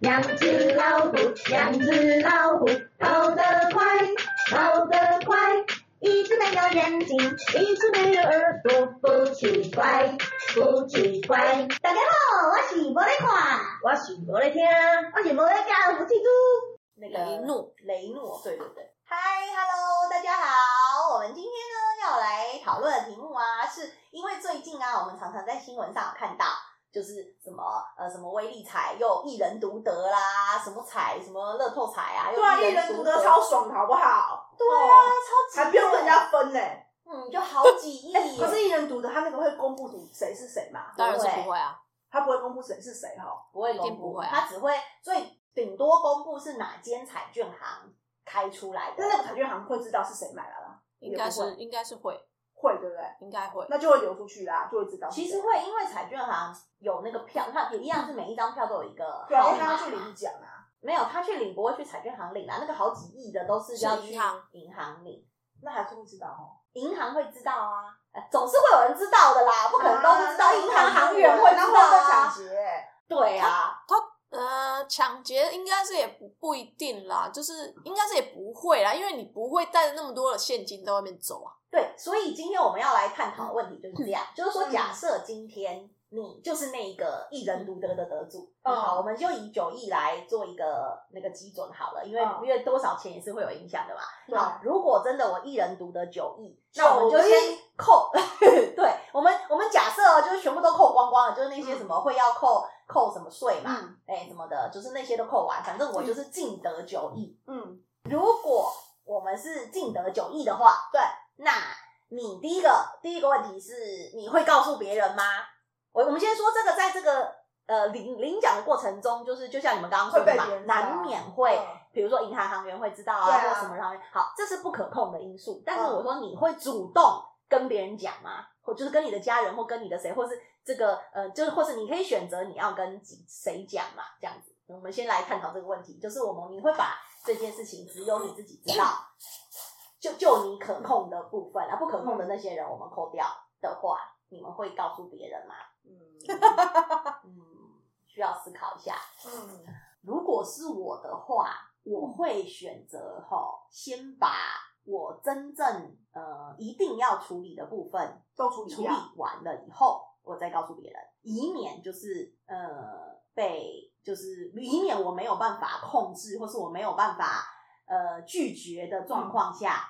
两只老虎，两只老虎，跑得快，跑得快。一只没有眼睛，一只没有耳朵，不奇怪，不奇怪。大家好，我是无在看，我是无在听，我是无在教福气猪。那个雷诺，雷诺，对对对，嗨，Hello，大家好，我们今天呢要来讨论的题目啊，是因为最近啊，我们常常在新闻上有看到，就是什么呃什么威力彩又一人独得啦，什么彩什么乐透彩啊，又对啊，一一人独独得超爽的好不好？对啊，哦超级还不用跟人家分呢。嗯，就好几亿耶， 哎，可是一人独得，他那个会公布你谁是谁嘛？当然是不会啊，他不会公布谁是谁哈。不会一定公布，不会啊他只会最顶多公布是哪间彩券行开出来的那，那个彩券行会知道是谁买了啦，应该也是不应该是会，会对不对？应该会。那就会流出去啦，就会知道是谁。其实会因为彩券行有那个票，它也一样是每一张票都有一个对啊，号因为他码要。去领奖啊，没有，他去领不会去彩券行领啦，那个好几亿的都是是要去银行银行领，那还是会知道哦。银行会知道啊，呃总是会有人知道的啦，不可能都不知道，啊银行行员会知那道会抢啊。劫。对啊，呃，抢劫应该是也不不一定啦，就是应该是也不会啦，因为你不会带着那么多的现金在外面走啊。对，所以今天我们要来探讨的问题就是这样，就是嗯说，假设今天你就是那一个一人独得的得主，嗯好，我们就以九亿来做一个那个基准好了，因为嗯因为多少钱也是会有影响的嘛。对好，如果真的我一人独得九亿，那我们就九亿先扣。 对，我们我们假设哦，就是全部都扣光光了，就是那些什么会要扣扣什么税嘛，嗯哎、什么的，就是那些都扣完，反正我就是净得九亿。嗯，如果我们是净得九亿的话，对，那你第一个第一个问题是，你会告诉别人吗？我我们先说这个，在这个呃领领奖的过程中，就是就像你们刚刚说的嘛会被别人，知道难免会嗯，比如说银行行员会知道对啊，啊或者什么行员，好，这是不可控的因素。但是嗯我说你会主动跟别人讲吗？或就是跟你的家人，或跟你的谁，或是这个呃，就是或是你可以选择你要跟几谁讲嘛，这样子。我们先来探讨这个问题，就是我们你会把这件事情只有你自己知道，就就你可控的部分啊，不可控的那些人我们扣掉的话，你们会告诉别人吗？嗯嗯，需要思考一下。嗯，如果是我的话，我会选择哈，先把我真正呃一定要处理的部分都处理处掉理。完了以后，我再告诉别人，以免就是呃被就是以免我没有办法控制，或是我没有办法呃拒绝的嗯状况下。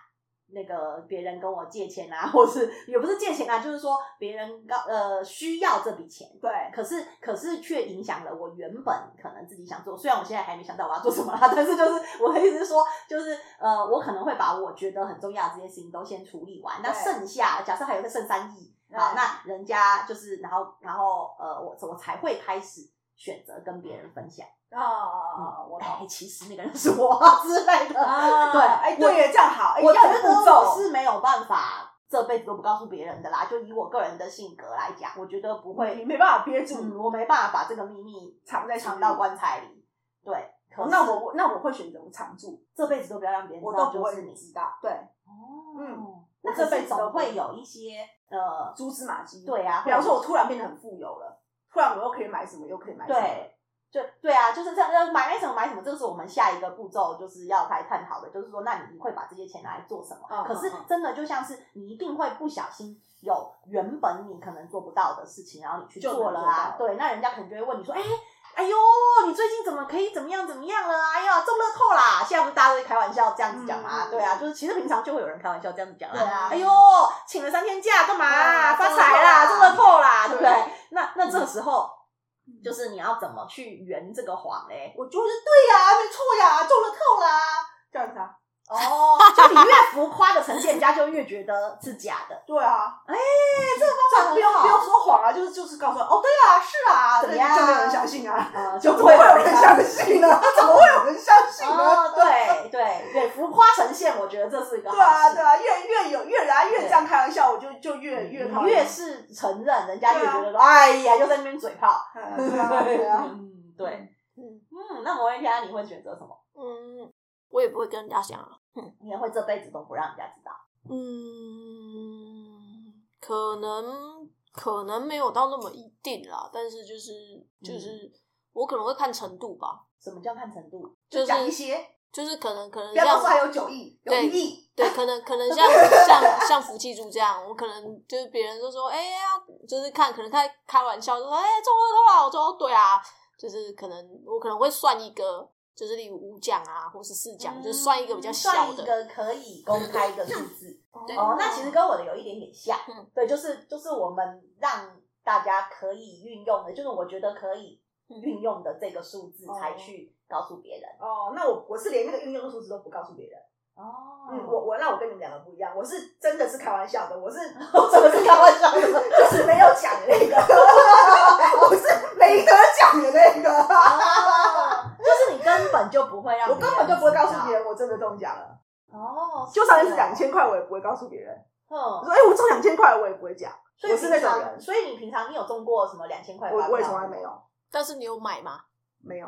那个别人跟我借钱啊，或是也不是借钱啊，就是说别人告呃需要这笔钱，对，可是可是却影响了我原本可能自己想做，虽然我现在还没想到我要做什么啦，但是就是我的意思是说，就是呃，我可能会把我觉得很重要的这些事情都先处理完，那对剩下假设还有个剩三亿对啊，那人家就是然后然后呃，我我才会开始选择跟别人分享，啊啊啊！我哎懂，其实那个人是我啊之类的，啊对哎，我对耶，这样好。哎 我觉要有得步我骤是没有办法这辈子都不告诉别人的啦，就以我个人的性格来讲，我觉得不你会。没办法憋住，嗯，我没办法把这个秘密藏在心藏里到。棺材里。对，可哦是那我我那我会选择藏住，这辈子都不要让别人我知都道不就是会你。知道。对，哦嗯，那我这这辈辈子子都总不会会有一些呃，蛛丝马迹。，对啊，比方说我突然变得很富有了，突然我又可以买什么，又可以买什么。对。就对啊，就是这样，呃买买什么买什么，这个是我们下一个步骤就是要来探讨的，就是说，那你会把这些钱拿来做什么？嗯可是嗯嗯真的就像是你一定会不小心有原本你可能做不到的事情，然后你去就能做了啊，做对，那人家可能就会问你说，哎、哎呦，你最近怎么可以怎么样怎么样了啊？哎呀，中乐透啦！现在不是大家都开玩笑这样子讲嘛？嗯对啊，就是其实平常就会有人开玩笑这样子讲啦。对啊哎呦，请了三天假干嘛、啊发财啦，中乐中乐透啦，对不对对？那嗯那这个时候，就是你要怎么去圆这个谎嘞？我就是对呀，没错呀，中了透啦，这样子啊。哦，就你越浮夸的呈现，人家就越觉得是假的。对啊，哎，这个 这样方法不用不用很好。说谎啊，就是就是告诉我哦，对啊，是啊，怎么这样就没有样人相信 啊，呃，就就不不会会有人人相 信 呢？怎么会有人相信呢？哦，对对对，浮夸呈现，我觉得这是一个好 对啊，事对啊，越越有越来越对这样开玩笑，我就就越你越讨越厌。是承认，人家越对啊觉得说，哎呀，又在那边嘴炮。嗯对啊，对啊，嗯，对，嗯嗯，那摩天天你会选择什么？嗯，我也不会跟人家讲啊。你也会这辈子都不让人家知道？嗯，嗯可能可能没有到那么一定啦，但是就是就是我可能会看程度吧，什么叫看程度？就是讲一些，就是可能可能不嗯要告诉他像有九亿，有对一亿，对，可能可能像像像福气猪这样，我可能就是别人就说哎呀，就是看可能开开玩笑就说哎中了多少，我说哦对啊，就是可能我可能会算一个，就是例如五奖啊或是四奖，就是算一个比较小嗯算一的，个可以公开的数字。嗯对哦，那其实跟我的有一点点像，嗯对，就是就是我们让大家可以运用的，就是我觉得可以运用的这个数字嗯哦才去告诉别人。哦，那我我是连那个运用数值都不告诉别人。哦嗯，我我那我跟你们两个不一样，我是真的是开玩笑的，我是 我怎么是开玩笑的？就是没有讲的那个， 我是没得讲的那个，哦 就是你根本就不会让，我根本就不会告诉别人人我真的中奖了，知道。哦，就算是哦两，千块我也不会告诉别人，我嗯，说哎、我中两千块我也不会讲，所以我是那平种常，人，所以你平常你有中过什么两千块发我票？我也从来没有但是你有买吗？没有，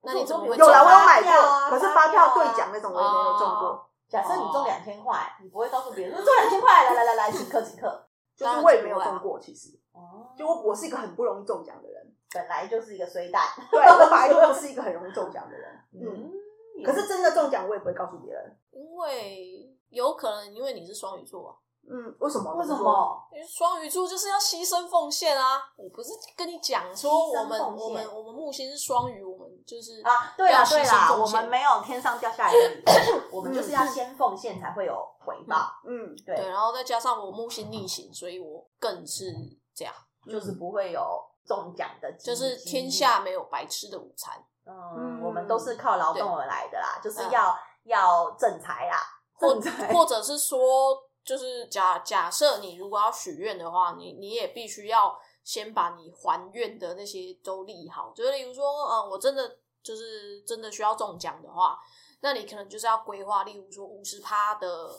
那你怎么会有中啦，我有啊发买票啊过，可是发发票啊票兑奖那种我也没有中哦过，假设你中哦两千块，你不会告诉别人说中两千块，来来来来，请客请客。就是我也没有中过，其实哦，就我我是一个很不容易中奖的 人，本来就是一个衰蛋，对 我本来就不是一个很容易中奖的人， 嗯，嗯，可是真的中奖我也不会告诉别人，因为有可能因为你是双鱼座啊。嗯，为什么？为什怎说？么？因为双鱼座就是要牺牲奉献啊！我不是跟你讲说我牺牲奉们献我们我们木星是双鱼，我们就是啊，对啦要牺牲对啦，奉献我们没有天上掉下来的礼物，我们就是要先奉献才会有回报，嗯，对，对，然后再加上我木星逆行，所以我更是这样，就是不会有中奖的机，就是天下没有白吃的午餐，嗯，嗯我们都是靠劳动而来的啦，就是要、要正财啦，或财或者是说，就是假假设你如果要许愿的话，你你也必须要先把你还愿的那些都立好，就是例如说，嗯，我真的就是真的需要中奖的话，那你可能就是要规划，例如说五十趴的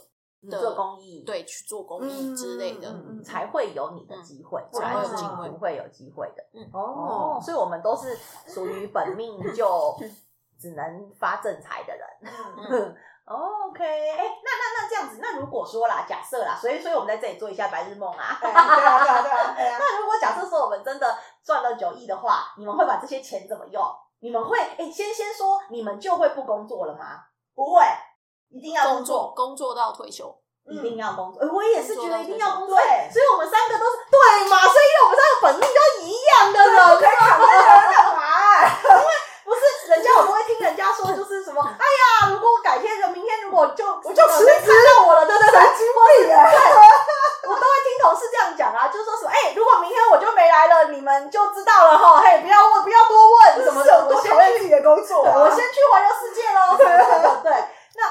的做公益，对，去做公益之类的。嗯嗯嗯才会有你的机会，嗯才才会有机会不会有机会的。哦哦，，所以我们都是属于本命 就只能发正财的人。 哦 OK，哎、那那那这样子，那如果说啦，假设啦，所以所以我们在这里做一下白日梦啊。 哎对啊，对啊，对啊，对啊。 那如果假设说我们真的赚了九亿的话，你们会把这些钱怎么用？你们会哎、先先说，你们就会不工作了吗？不会，一定要工作工作到退休，一定要工作，哎我也是觉得一定要工作，对所以我们三个都是对嘛，所以我们三个本命都一样的人，可以躺在那儿干嘛、 不是，人家我都会听人家说，就是什 么，哎呀，如果我改天，明天如果就我就辞职到我了，对对 对，神经病耶！我都会听同事这样讲啊，就是说什么，哎、如果明天我就没来了，你们就知道了哈，嘿，不要问，不要多问什么的，我我先讨厌自己的工作、啊，我先去环游世界喽，对对对，那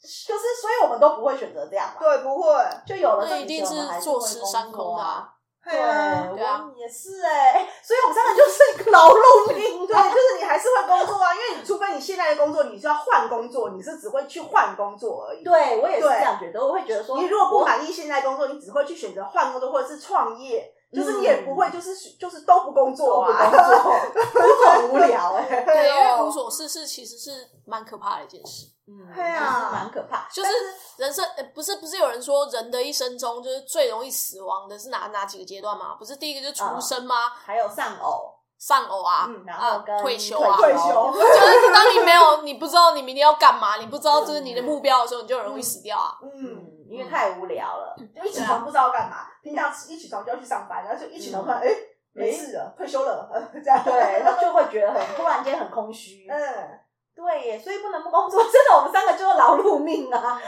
就是，所以我们都不会选择这样嘛，对不会，就有了这那一定是坐吃山空的、啊。啊。对，啊，对啊我也是哎、哎所以我们三个就是一个劳碌命， 对，就是你还是会工作啊，因为你除非你现在的工作，你是要换工作，你是只会去换工作而已。对我也是对这样觉得，我会觉得说，你如果不满意现在工作，你只会去选择换工作或者是创业，就是你也不会就是就是嗯都不工作我不工啊，作，我很无聊哎、对，因为无哦所事事其实是蛮可怕的一件事，嗯，对啊就是蛮可怕。就是人生呃不是不是有人说人的一生中就是最容易死亡的是哪哪几个阶段吗？不是第一个就是出生吗？还有丧偶，丧偶啊，嗯然后跟啊退休啊退休，就是当你没有你不知道你明天要干嘛，你不知道就是你的目标的时候，你就很容易死掉啊。嗯，嗯，因为太无聊了，就一起床不知道干嘛，平常一起床就要去上班，然后就一起床突然哎、没事了，退休了， 呃这样对，他就会觉得很突然间很空虚。嗯。对耶，所以不能不工作，真的，我们三个就是劳碌命啊。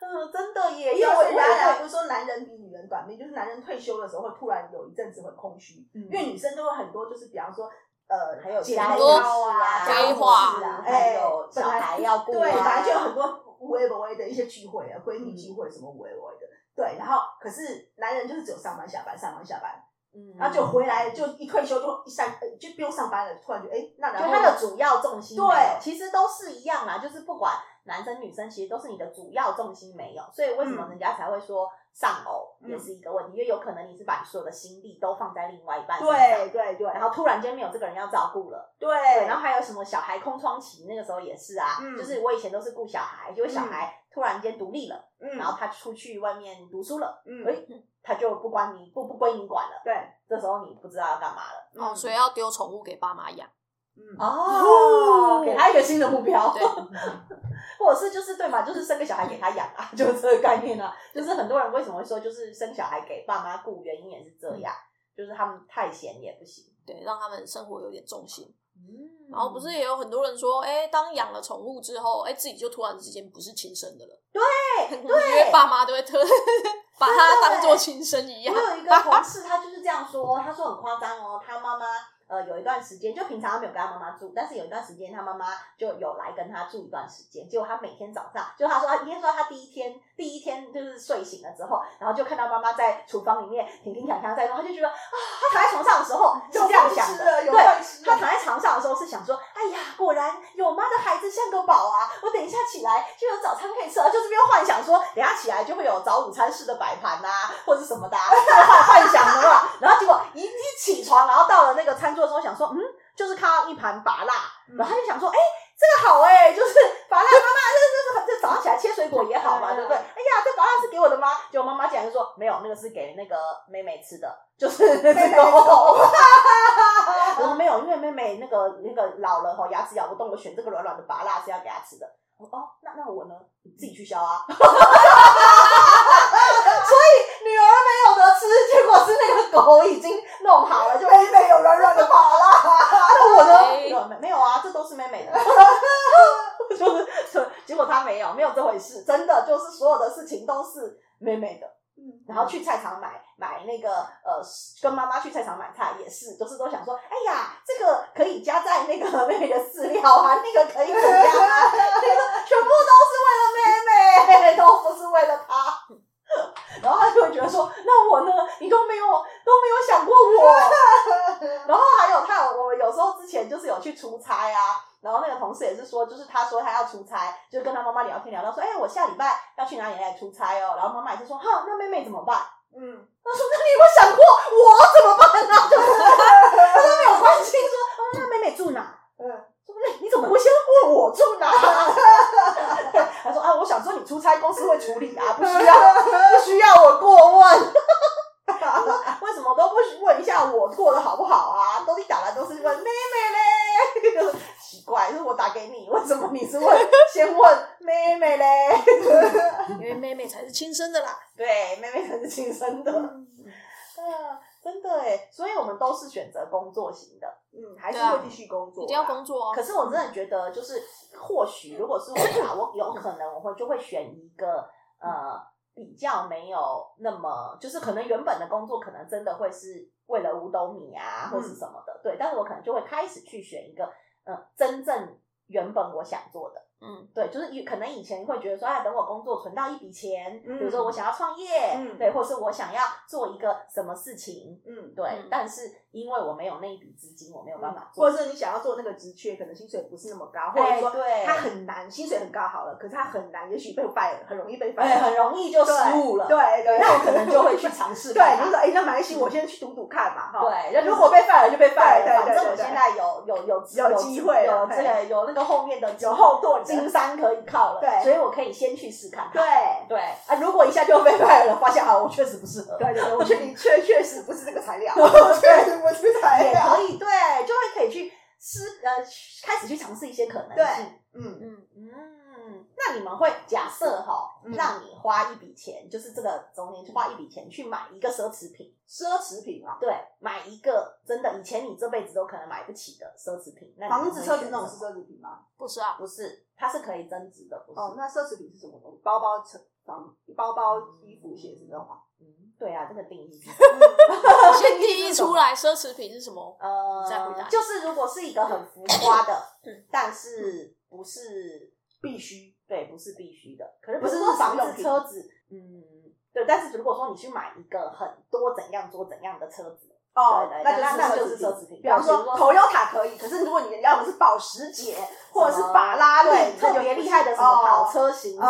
嗯，真的耶，因因为为我我我人也家会不是说男人比女人短命，就是男人退休的时候会突然有一阵子很空虚，嗯因为女生都会很多，就是比方说呃，还有姐家妹务淘啊啊、规家务划事啊，还哎有小本来孩要顾对，啊嗯本来就有很多无微不微的一些聚会啊，闺蜜聚会什么无微不微的。对，然后可是男人就是只有上班下班，上班下班，嗯然后就回来就一退休就一上呃就不用上班了，突然就哎，那就然后他的主要重心没有对其实都是一样啦，就是不管男生女生，其实都是你的主要重心没有，所以为什么嗯人家才会说丧偶嗯也是一个问题，因为有可能你是把你所有的心力都放在另外一半身对上，对对，然后突然间没有这个人要照顾了，对，对，然后后还有什么小孩空窗期，那个时候也是啊，嗯就是我以前都是顾小孩，因为小孩突然间独立了，嗯然后他出去外面读书了，嗯哎、他就不管你不不归你管了，对，这时候你不知道要干嘛了，哦，所以要丢宠物给爸妈养。嗯，哦，给他一个新的目标，对， 或者是就是对嘛，就是生个小孩给他养啊， 就是这个概念啊。就是很多人为什么会说就是生小孩给爸妈顾，原因也是这样，就是他们太闲也不行。对，让他们生活有点重心。嗯然后不是也有很多人说，哎、当养了宠物之后，哎、自己就突然之间不是亲生的了。对因为爸妈都会特 把它当做亲生一样我。有一个同事，他就是这样说，他说很夸张哦，他妈妈。呃，有一段时间，就平常他没有跟他妈妈住，但是有一段时间，他妈妈就有来跟他住一段时间。结果他每天早上，就他说啊他应该说他第一天，第一天就是睡醒了之后，然后就看到妈妈在厨房里面挺挺锵锵在弄，他就觉得啊，他躺在床上的时候是这样想有饭吃的，了有对，饭吃他了，躺在床上的时候是想说，哎呀，果然有妈的孩子像个宝啊！我等一下起来就有早餐可以吃了，就是没有幻想说等一下起来就会有早午餐式的摆盘呐、或者什么的、啊，幻幻想的嘛。然后结果一一起床，然后到了那个餐桌的时候，想说，嗯，就是看到一盘拔辣，然后他就想说，哎、这个好哎、就是拔辣妈妈，这这这这早上起来切水果也好嘛，对不对？哎呀，这拔辣是给我的吗？结果妈妈竟然就说没有，那个是给那个妹妹吃的，就是那只狗。 我说没有，因为妹妹那个那个老了吼，牙齿咬不动，我选这个软软的拔蜡是要给她吃的。我说哦，那那我呢，你自己去削啊。所 以女儿没有得吃，结果是那个狗已经弄好了，就被妹妹有软软的宝啦， 那我哎呢？没没有啊，这都是妹妹的。 就是，就结果她没有，没有这回事，真的就是所有的事情都是妹妹的。嗯然后去菜场买买那个呃，跟妈妈去菜场买菜也是，就是都想说，哎呀，这个可以加在那个妹妹的饲料啊，那个可以怎样啊，那个全部都是为了妹妹，都不是为了她。然后他就会觉得说，那我呢？你都没有都没有想过我。然后还有他有，我有时候之前就是有去出差啊，然后那个同事也是说，就是他说他要出差，就跟他妈妈聊天聊到说，哎、我下礼拜要去哪里哪里出差哦。然后妈妈也是说，哈，那妹妹怎么办？嗯，他说：“那你有没有想过我怎么办呢、啊？”就是 他都没有关心说：“哦，那妹妹住哪？”嗯，说：“那 你怎么会先问我住哪？” 他说：“啊，我想说你出差，公司会处理啊，不需要，不需要我过问。 我说”为什么都不问一下我过得好不好啊？都你打来都是问妹妹嘞， 奇怪，是我打给你，为什么你是问先问妹妹嘞？ 因为妹妹才是亲生的啦。对，妹妹才是亲生的。啊，真的哎，所以我们都是选择工作型的。嗯，还是对啊会继续工作啦，一定要工哦作啊可！是我真的觉得，就是或许如果是我啊，我有可能我会就会选一个呃比较没有那么，就是可能原本的工作可能真的会是为了五斗米啊或是什么的，嗯对。但是我可能就会开始去选一个呃真正原本我想做的。嗯，对，就是以可能以前会觉得说，哎，等我工作存到一笔钱，嗯比如说我想要创业，嗯对，或是我想要做一个什么事情，嗯，对。嗯但是因为我没有那一笔资金，我没有办法做。或者是你想要做那个职缺，可能薪水不是那么高，或者哎，说对，他很难，薪水很高好了，可是他很难，也许被 fire，很容易被 fire，、哎很容易就失误了，对对，那我可能就 会去尝试对，看看。你说哎，那马来西亚我先去赌赌看嘛， 哈，对，就如果被 fire 了就被 fire 对对了，反对正对我对现在有有有有机会有了这个有那个后面的有后盾的金山可以靠了，对所以我可以先去试看看。对对啊，如果一下就被 fire 了，发现好，我确实不适合，对对对，我觉得你确确实不是这个材料，啊确实不是材也料，可以，对，就会可以去思呃，开始去尝试一些可能对性。嗯，嗯，那你们会假设哈，嗯让你花一笔钱，就是这个中间花一笔钱去买一个奢侈品，奢侈品啊，对，买一个真的以前你这辈子都可能买不起的奢侈品，那你房子、会车选子那种什是么奢侈品吗？不是啊， 不是，它是可以增值的，不是？哦，那奢侈品是什么东西？包包、车、房、包包、衣服、鞋子这种吗？嗯，对啊，这个定义是。嗯先定义出来奢侈品是什么？你再回呃答，就是如果是一个很浮夸 的嗯，但是不是必须，对，不是必须的。可是不不是是说日房常用子、品车子，嗯，对。但是如果说你去买一个很多怎样多怎样的车子，哦对对，那那那那就就是是奢奢侈侈品。品比方说比方说哦 Toyota 可以，可是如果你要的是保时捷或者是什么法拉利对，，那就特别不厉行害的什么跑哦车型什么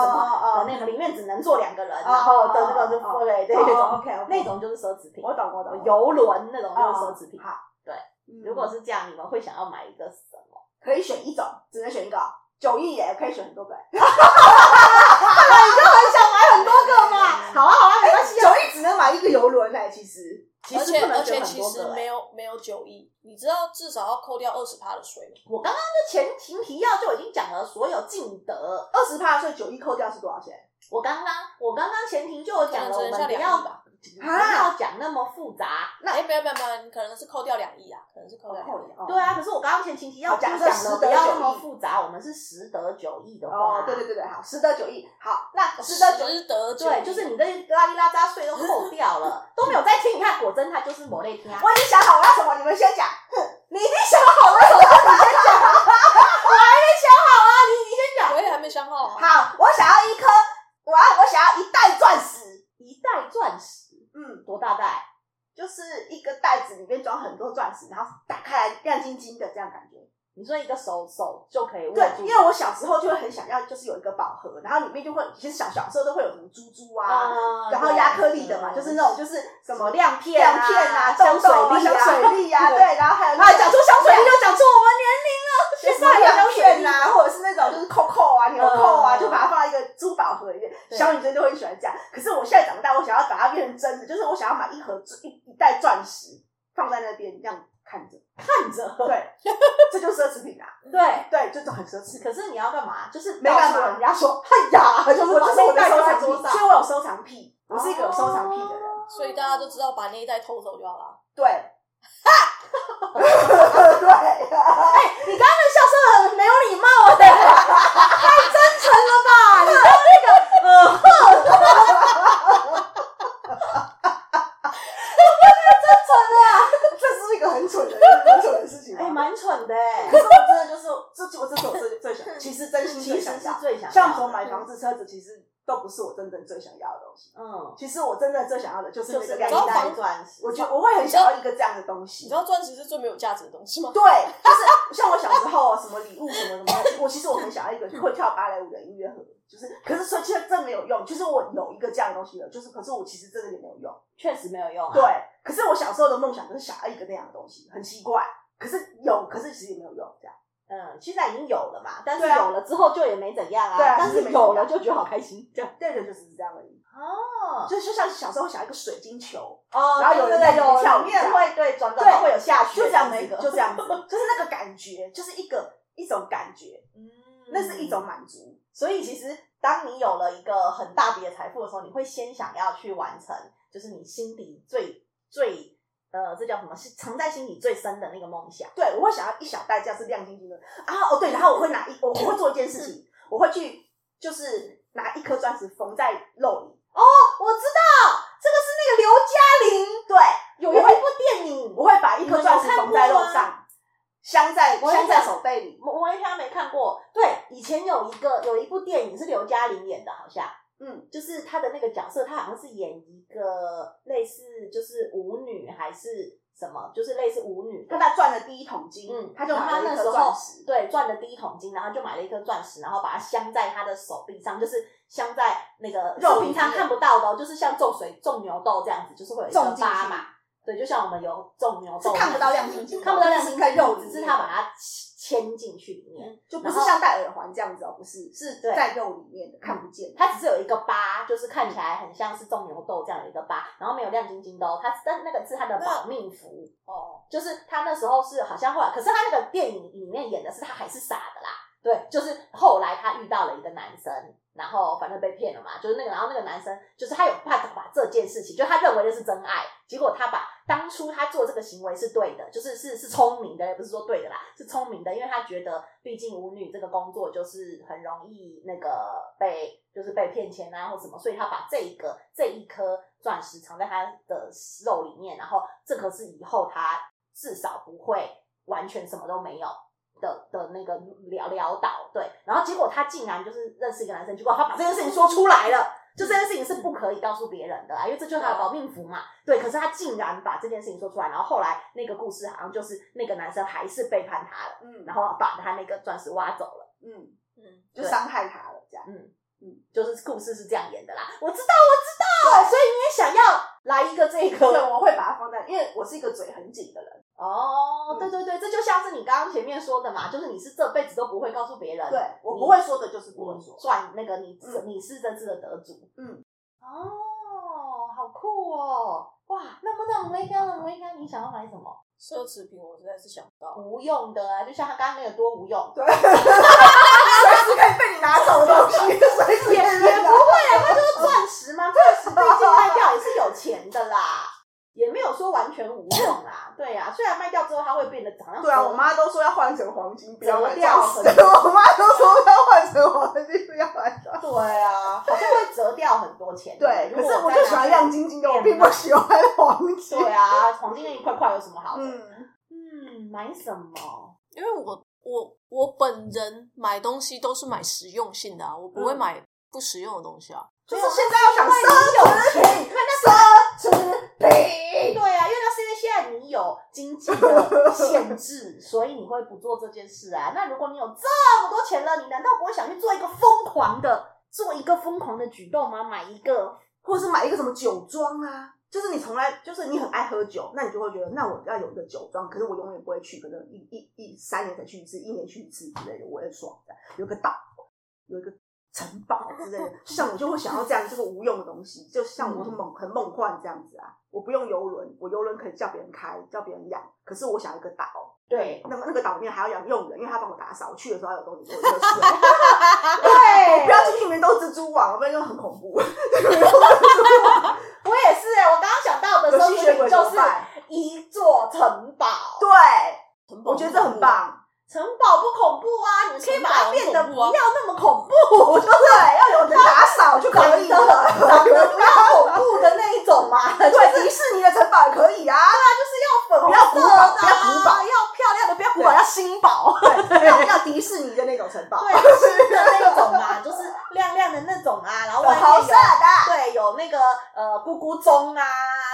的，哦那个里面只能坐两个人，哦然后的那个就哦哦对对哦那种 OK，那种就是奢侈品，呃我懂我懂，游轮那种哦就是奢侈品。好，对嗯，如果是这样，你们会想要买一个什么？可以选一种，只能选一个，九亿耶，可以选很多 个耶，嗯很想买很多个嘛。好啊好啊，没关系啊。九亿只能买一个游轮哎，其实其而实且不而能且选很其多实个、没欸。有没有九亿，你知道至少要扣掉二十趴的税吗？我刚刚的前情提要就已经讲了所有尽得，二十趴，所以九一扣掉是多少钱？我刚刚我刚刚前庭就有讲了，可我能们只剩下不两要亿吧不啊要讲那么复杂。哎，没有没有没有，你可能是扣掉两亿啊，可能是扣掉两亿。哦对啊，可是我刚刚前情提要哦假就设讲了十不得要九那么亿复杂，我们是十得九亿的话，哦，对对对对，好，十得九亿，好，哦那十得九亿，值得九亿对，就是你的拉里拉扎税都扣掉了，都没有在听。你看，果真他就是某类听啊。我已经想好我要什么，你们先讲。哼，你已经想好了什么，你先讲。我也还没想好啊。好，我想要一颗，我要我想要一袋钻石，一袋钻石嗯，多大袋？就是一个袋子里面装很多钻石，然后打开来亮晶晶的，这样感觉。你说一个手手就可以握对，住，因为我小时候就会很想要，就是有一个宝盒，然后里面就会，其实小小时候都会有什么珠珠啊，啊然后压克力的嘛，对就是那种就是什什么么亮片、亮片啊、香豆豆啊水香水粒粒 啊，对对，然后还有啊，讲出香水粒就讲出我们年龄了。 现现在有亮香水片粒啊，或者是那种就是扣扣啊、纽扣啊，嗯就把它放在一个珠宝盒里面。对小女生就会喜欢这样。可是我现在长大，我想要把它变成真的，就是我想要买一盒一一袋钻石放在那边这样看着，看着，对，这就是奢侈品啊，对。对，这种很奢侈。可是你要干嘛？就是啊没办告诉法，人人家家说，哎呀，就是我这就是是我一的袋收放在藏桌癖，上哦所以我有收藏癖，我是一个有收藏癖的人。所以大家都知道把那一袋偷走就好了。 对，哈，对，哎、你刚刚那个笑声很没有礼貌哎、太真诚了吧？你刚刚那个呃，呵 这是一个很蠢的、很蠢的事情。啊哎、蛮蠢的哎、可是我真的就是，这这我这是我最最想，其实真 心其最实想是要。最想像从买，买房子、车子，其实都不是我真正最想要的东西。嗯，其实我真正最想要的就是就那个是亮两知道一房袋袋，钻石，我觉得我会很想要一个这样的东你西知。道钻石是最没有价值的东西吗？对，就是 像我小时候什么礼物什么什么，我其实我很想要一个会跳芭蕾舞的音乐盒，就是可是说其实真没有用，就是我有一个这样的东西了，就是可是我其实真的也没有用。确实没有用、啊。对，，可是我小时候的梦想就是想要一个那样的东西，很奇怪。可是有，可是其实也没有用，这样。嗯，现在已经有了嘛，但是对啊有了之后就也没怎样啊，对啊但就是是没有了怎就样觉得好开心这样。对对，就是这样而已。哦就就像小时候想要一个水晶球，哦，然后有人在对里对面对跳舞里面会对转对转会有下雪，就这样子那，个，就这样子，就是那个感觉，就是一个一种感觉，嗯，那是一种满足。所以其实，当你有了一个很大笔的财富的时候，你会先想要去完成，就是你心底最最呃，这叫什么？是藏在心底最深的那个梦想。对，我会想要一小袋这样是亮晶晶的啊！哦，对，然后我会拿一，我我会做一件事嗯情，我会去就是拿一颗钻石缝在肉里。哦我知道，这个是那个刘嘉玲对，有我一会部电影，我会把一颗钻石缝你们在肉有看过上，镶在我也镶在想手背里。我我应该没看过。对，以前有一个有一部电影是刘嘉玲演的，好像。嗯，就是她的那个角色，她好像是演一个呃类似就是舞女还是什么，就是类似舞女的跟他赚了第一桶金，嗯，他就然后买了那一时颗候钻石。对，赚了第一桶金，然后就买了一颗钻石，然后把它镶在他的手臂上，就是镶在那个肉是平常里面看不到的哦，就是像种水种牛豆这样子，就是会有一个种进疤去嘛。对，就像我们有种牛是豆，看不到亮晶晶的，看不到亮晶是晶在肉里面，只是他把它牵进去里面，就不嗯是然后像戴耳环这样子哦，不是，是对在肉里面的，看不见的。它只是有一个疤，就是看起来很像是种牛豆这样的一个疤，然后没有亮晶晶的哦。它但那个是它的保命符，哦，就是他那时候是好像后来，可是他那个电影里面演的是他还是傻的啦。对，就是后来他遇到了一个男生，然后反正被骗了嘛，就是那个，然后那个男生就是他有办法把这件事情，就他认为的是真爱，结果他把当初他做这个行为是对的，就是是是聪明的，也不是说对的啦，是聪明的，因为他觉得毕竟舞女这个工作就是很容易那个被就是被骗钱啊或什么，所以他把这一个这一颗钻石藏在他的肉里面，然后这个是以后他至少不会完全什么都没有的的那个潦潦倒，对。然后结果他竟然就是认识一个男生，结果他把这件事情说出来了，就这件事情是不可以告诉别人的啦，啊因为这就是他的保命符嘛。对，可是他竟然把这件事情说出来，然后后来那个故事好像就是那个男生还是背叛他了，嗯然后把他那个钻石挖走了。嗯，嗯，就对伤害他了，这样。嗯嗯嗯，就是故事是这样演的啦。我知道，我知道，所以你也想要来一个这对，个我会把它放在，因为我是一个嘴很紧的人，哦嗯，对对对，这就像是你刚刚前面说的嘛，就是你是这辈子都不会告诉别人，对我不会说的就是不会你说。赚那个你、嗯你是这次的得主，嗯，哦，好酷哦！哇，那么那我们应该我们应该你想要买什么？奢侈品我实在是想不到，无用的啊，就像他刚刚那个多无用，对，随时啊可以被你拿走的东西，随时可以也被也你不拿走。会啊，那就是钻石嘛，钻石毕竟卖掉也是有钱的啦，也没有说完全无用啦。对呀、啊，虽然卖掉之后它会变得好像对啊，我妈都说要换成黄金，不要买折掉钻石。我妈都说要换成黄金，不要买钻石。对啊，好像会折掉很多钱。对，可如果是我再就拿喜欢去亮晶晶的，我并不喜欢黄金。对啊，黄金那一块块有什么好的？嗯，嗯，买什么？因为我我我本人买东西都是买实用性的啊，我不会嗯买不实用的东西啊。就是现在要想奢侈品，奢侈对啊，因为品。那是因为现在你有经济的限制，所以你会不做这件事啊。那如果你有这么多钱了，你难道不会想去做一个疯狂的、做一个疯狂的举动吗？买一个或者是买一个什么酒庄啊，就是你从来就是你很爱喝酒，那你就会觉得，那我要有一个酒庄，可是我永远不会去，可能一一一三年才去一次，一年去一次之类的，我也爽的。有个岛，有一个城堡之类的，就像我就会想要这样，就是无用的东西，就像嗯我很梦很梦幻这样子啊。我不用游轮，我游轮可以叫别人开，叫别人养，可是我想要一个岛。对那么那个岛里面还要养佣人，因为他帮我打扫，我去的时候还有东西给我丢失。对我 不要进去里面都是蜘蛛网，不然就很恐怖。我也是哎、我刚刚想到的有奢吸血侈品鬼就是怎么办一座城堡，对，很我觉得这很 棒。城堡不恐怖啊，你可以把它变得城堡很恐不怖要那么啊恐怖，对，要有人打扫就可以长得了。长得 不要恐怖的那一种嘛，对，迪士尼的城堡也可以啊。粉红色的啊、不要古堡要漂亮的，不要古堡，要新堡， 对，要要迪士尼的那种城堡，对，新的那种嘛，就是亮亮的那种啊，然后粉外面红色有的。对有那个呃咕咕钟啊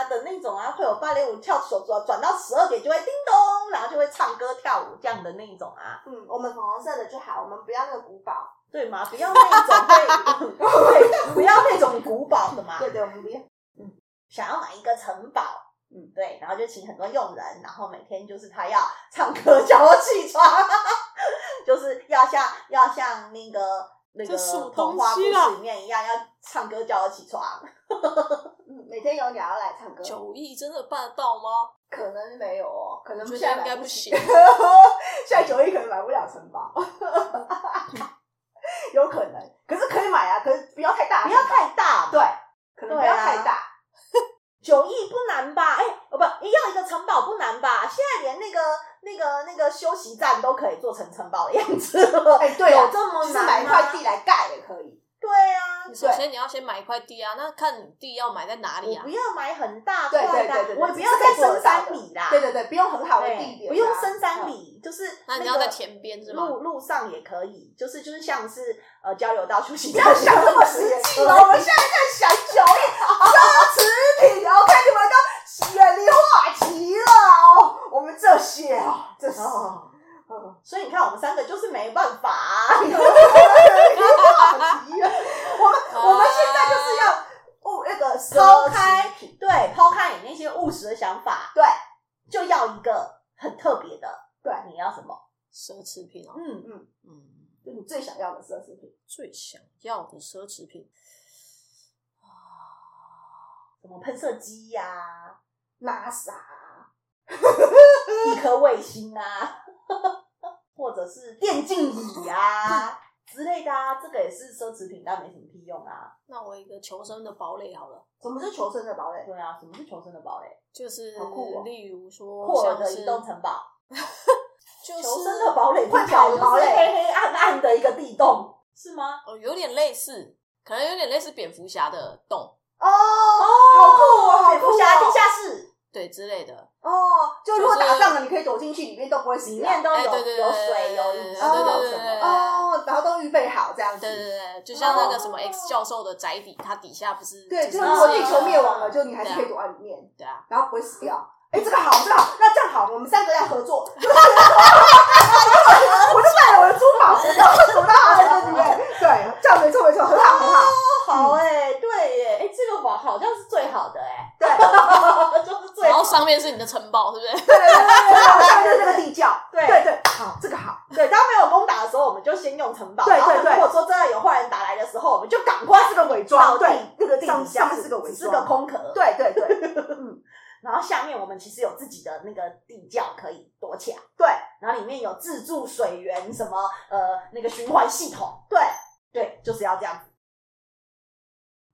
的那种啊，会有芭蕾舞跳手转转到十二点就会叮咚，然后就会唱歌跳舞这样的那一种啊，嗯，我们粉红色的就好，我们不要那个古堡。对吗？不要那种会， 对，不要那种古堡的嘛，对对，我们不要。想要买一个城堡，嗯嗯，对，然后就请很多佣人，然后每天就是他要唱歌叫我起床， 就是要像要像那个那个这什么啊童话故东西啦事里面一样，要唱歌叫我起床。 嗯，每天有鸟要来唱歌九亿真的办得到吗？可能没有哦，可我能觉得现在应买该不不起。行。现在九亿可能买不了城堡， 有可能，可是可以买啊，可是不要太大，不要太大，对，啊可能不要太对大，九亿不难吧？哎、哦不，要一个城堡不难吧？现在连那个那个那个休息站都可以做成城堡的样子了，哎对啊有这么就是难买一块吗地，来盖也可以。对啊，首先你要先买一块地啊，那看你地要买在哪里我啊不？要买很大对块对的啊，对对对我也不要这在是可以做深得到的山里啦，对对对，不用很好的对，地点啊，不用深山嗯。里，就是那你个要在田边是吗？路路上也可以，就是就是像是呃交流道休息不站，要想这么实际 了，我们现在在想九亿奢侈品，OK，你们都远离话题了哦。我们这些哦，这是，哦嗯所以你看我们三个就是没办法、话题啊我们 我啊们现在就是要哦那个抛抛开开对抛开你那些务实的想法，对就要一个很特别的。对你要什么？奢侈品啊，嗯，嗯，就你最想要的奢侈品，最想要的奢侈品，什么喷射机呀、拉萨一颗卫星啊，或者是电竞椅啊之类的啊，这个也是奢侈品，但没什么屁用啊。那我一个求生的堡垒好了，什么是求生的堡垒？对啊，什么是求生的堡垒？就是好酷哦例如说霍尔像的是移动城堡。就是求生的堡垒，会跑的堡垒就是黑黑暗暗的一个地洞，是吗？哦，有点类似，可能有点类似蝙蝠侠的洞，哦，好酷哦，好蝙酷蝠侠地哦！下室对之类的。哦，就如果就是打仗了，你可以躲进去，里面都不会死啊，里面都哎有对对对有水、有饮对水、对对有对什对么？哦，然后都预备好这样对对子。对，就像那哦个什么 X 教授的宅邸，它底下不是对，就就是是如果一地个球灭亡了，就你还是可以躲在里面，对啊，然后不会死掉。哎，这个好，这个好，那这样好，我们三个要合作。就是我就卖了我的珠宝，然后躲到他的里面。对，这样没错没错，很好很好。好哎、对耶，哎、这个网好像是最好的哎、对， 就是最然好后上面是你的城堡，是不是？对对对，好像就是这个地窖。对对对，好，这个好。对。当没有攻打的时候，我们就先用城堡。对对然后对如果说真的有坏人打来的时候，我们就赶快它是个伪装，到对地，那个地底上上下面是个伪是装，个空壳。 对对对，嗯，然后下面我们其实有自己的那个地窖可以躲起来，对然后里面有自助水源什么呃那个循环系统，对，对，就是要这样子。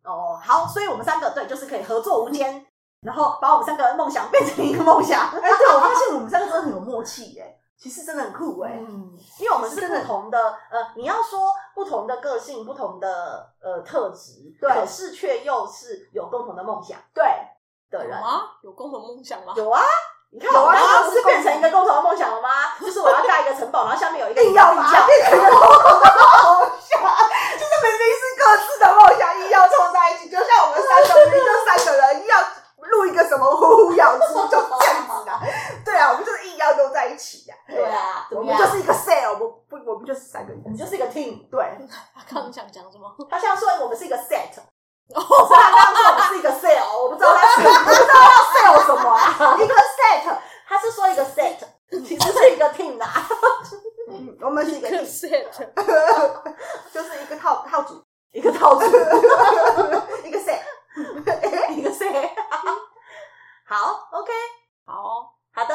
哦，好，所以我们三个对，就是可以合作无间，然后把我们三个的梦想变成一个梦想。哎，对我发现我们三个真的很有默契耶、其实真的很酷哎、嗯，因为我们是不同的，呃，你要说不同的个性、不同的呃特质，对可是却又是有共同的梦想对，的有人，吗？有共同梦想吗？有啊。你看，有啊我们刚刚有不啊是变成一个共同的梦想了吗？就是我要盖一个城堡，然后下面有一个硬要一把它变成一个梦想，就是明明是各自的梦想，硬要凑在一起，就像我们三个明明就三个人，硬要录一个什么呼呼咬猪，就这样子的。对啊，我们就是硬要都在一起呀、对，啊，怎我么们样？就是一个 sale，我们不，我们就是三个人，我们就是一个 team，对，他 刚刚想讲什么？哦他像说我们是一个 set，可 是他刚刚说我们是一个 sale，我不知道他是不知道要 sale 什么啊。一个 set，他是说一个 set，其实是一个 team 啊。嗯我们是一个 set，就是一个套套组， 一个套子，一个 set。 一个 C。好，OK，好哦，好的，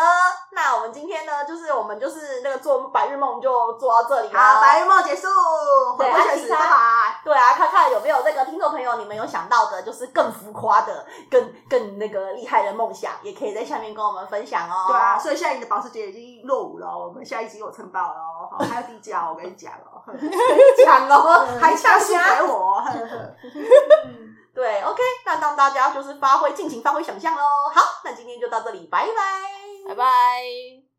那我们今天呢，就是我们就是那个做白日梦就做到这里啦。好，白日梦结束，回对归现实，啊拜拜。对啊，看看有没有那个听众朋友，你们有想到的，就是更浮夸的、更更那个厉害的梦想，也可以在下面跟我们分享哦。对啊，，所以现在你的保时捷已经落伍了哦，我们下一集有城堡了哦，好，还有地窖，我跟你讲哦，讲哦，还下树给我，对，OK，那让大家就是发挥，尽情发挥想象喽。好，那今天就到这里，拜拜。拜拜。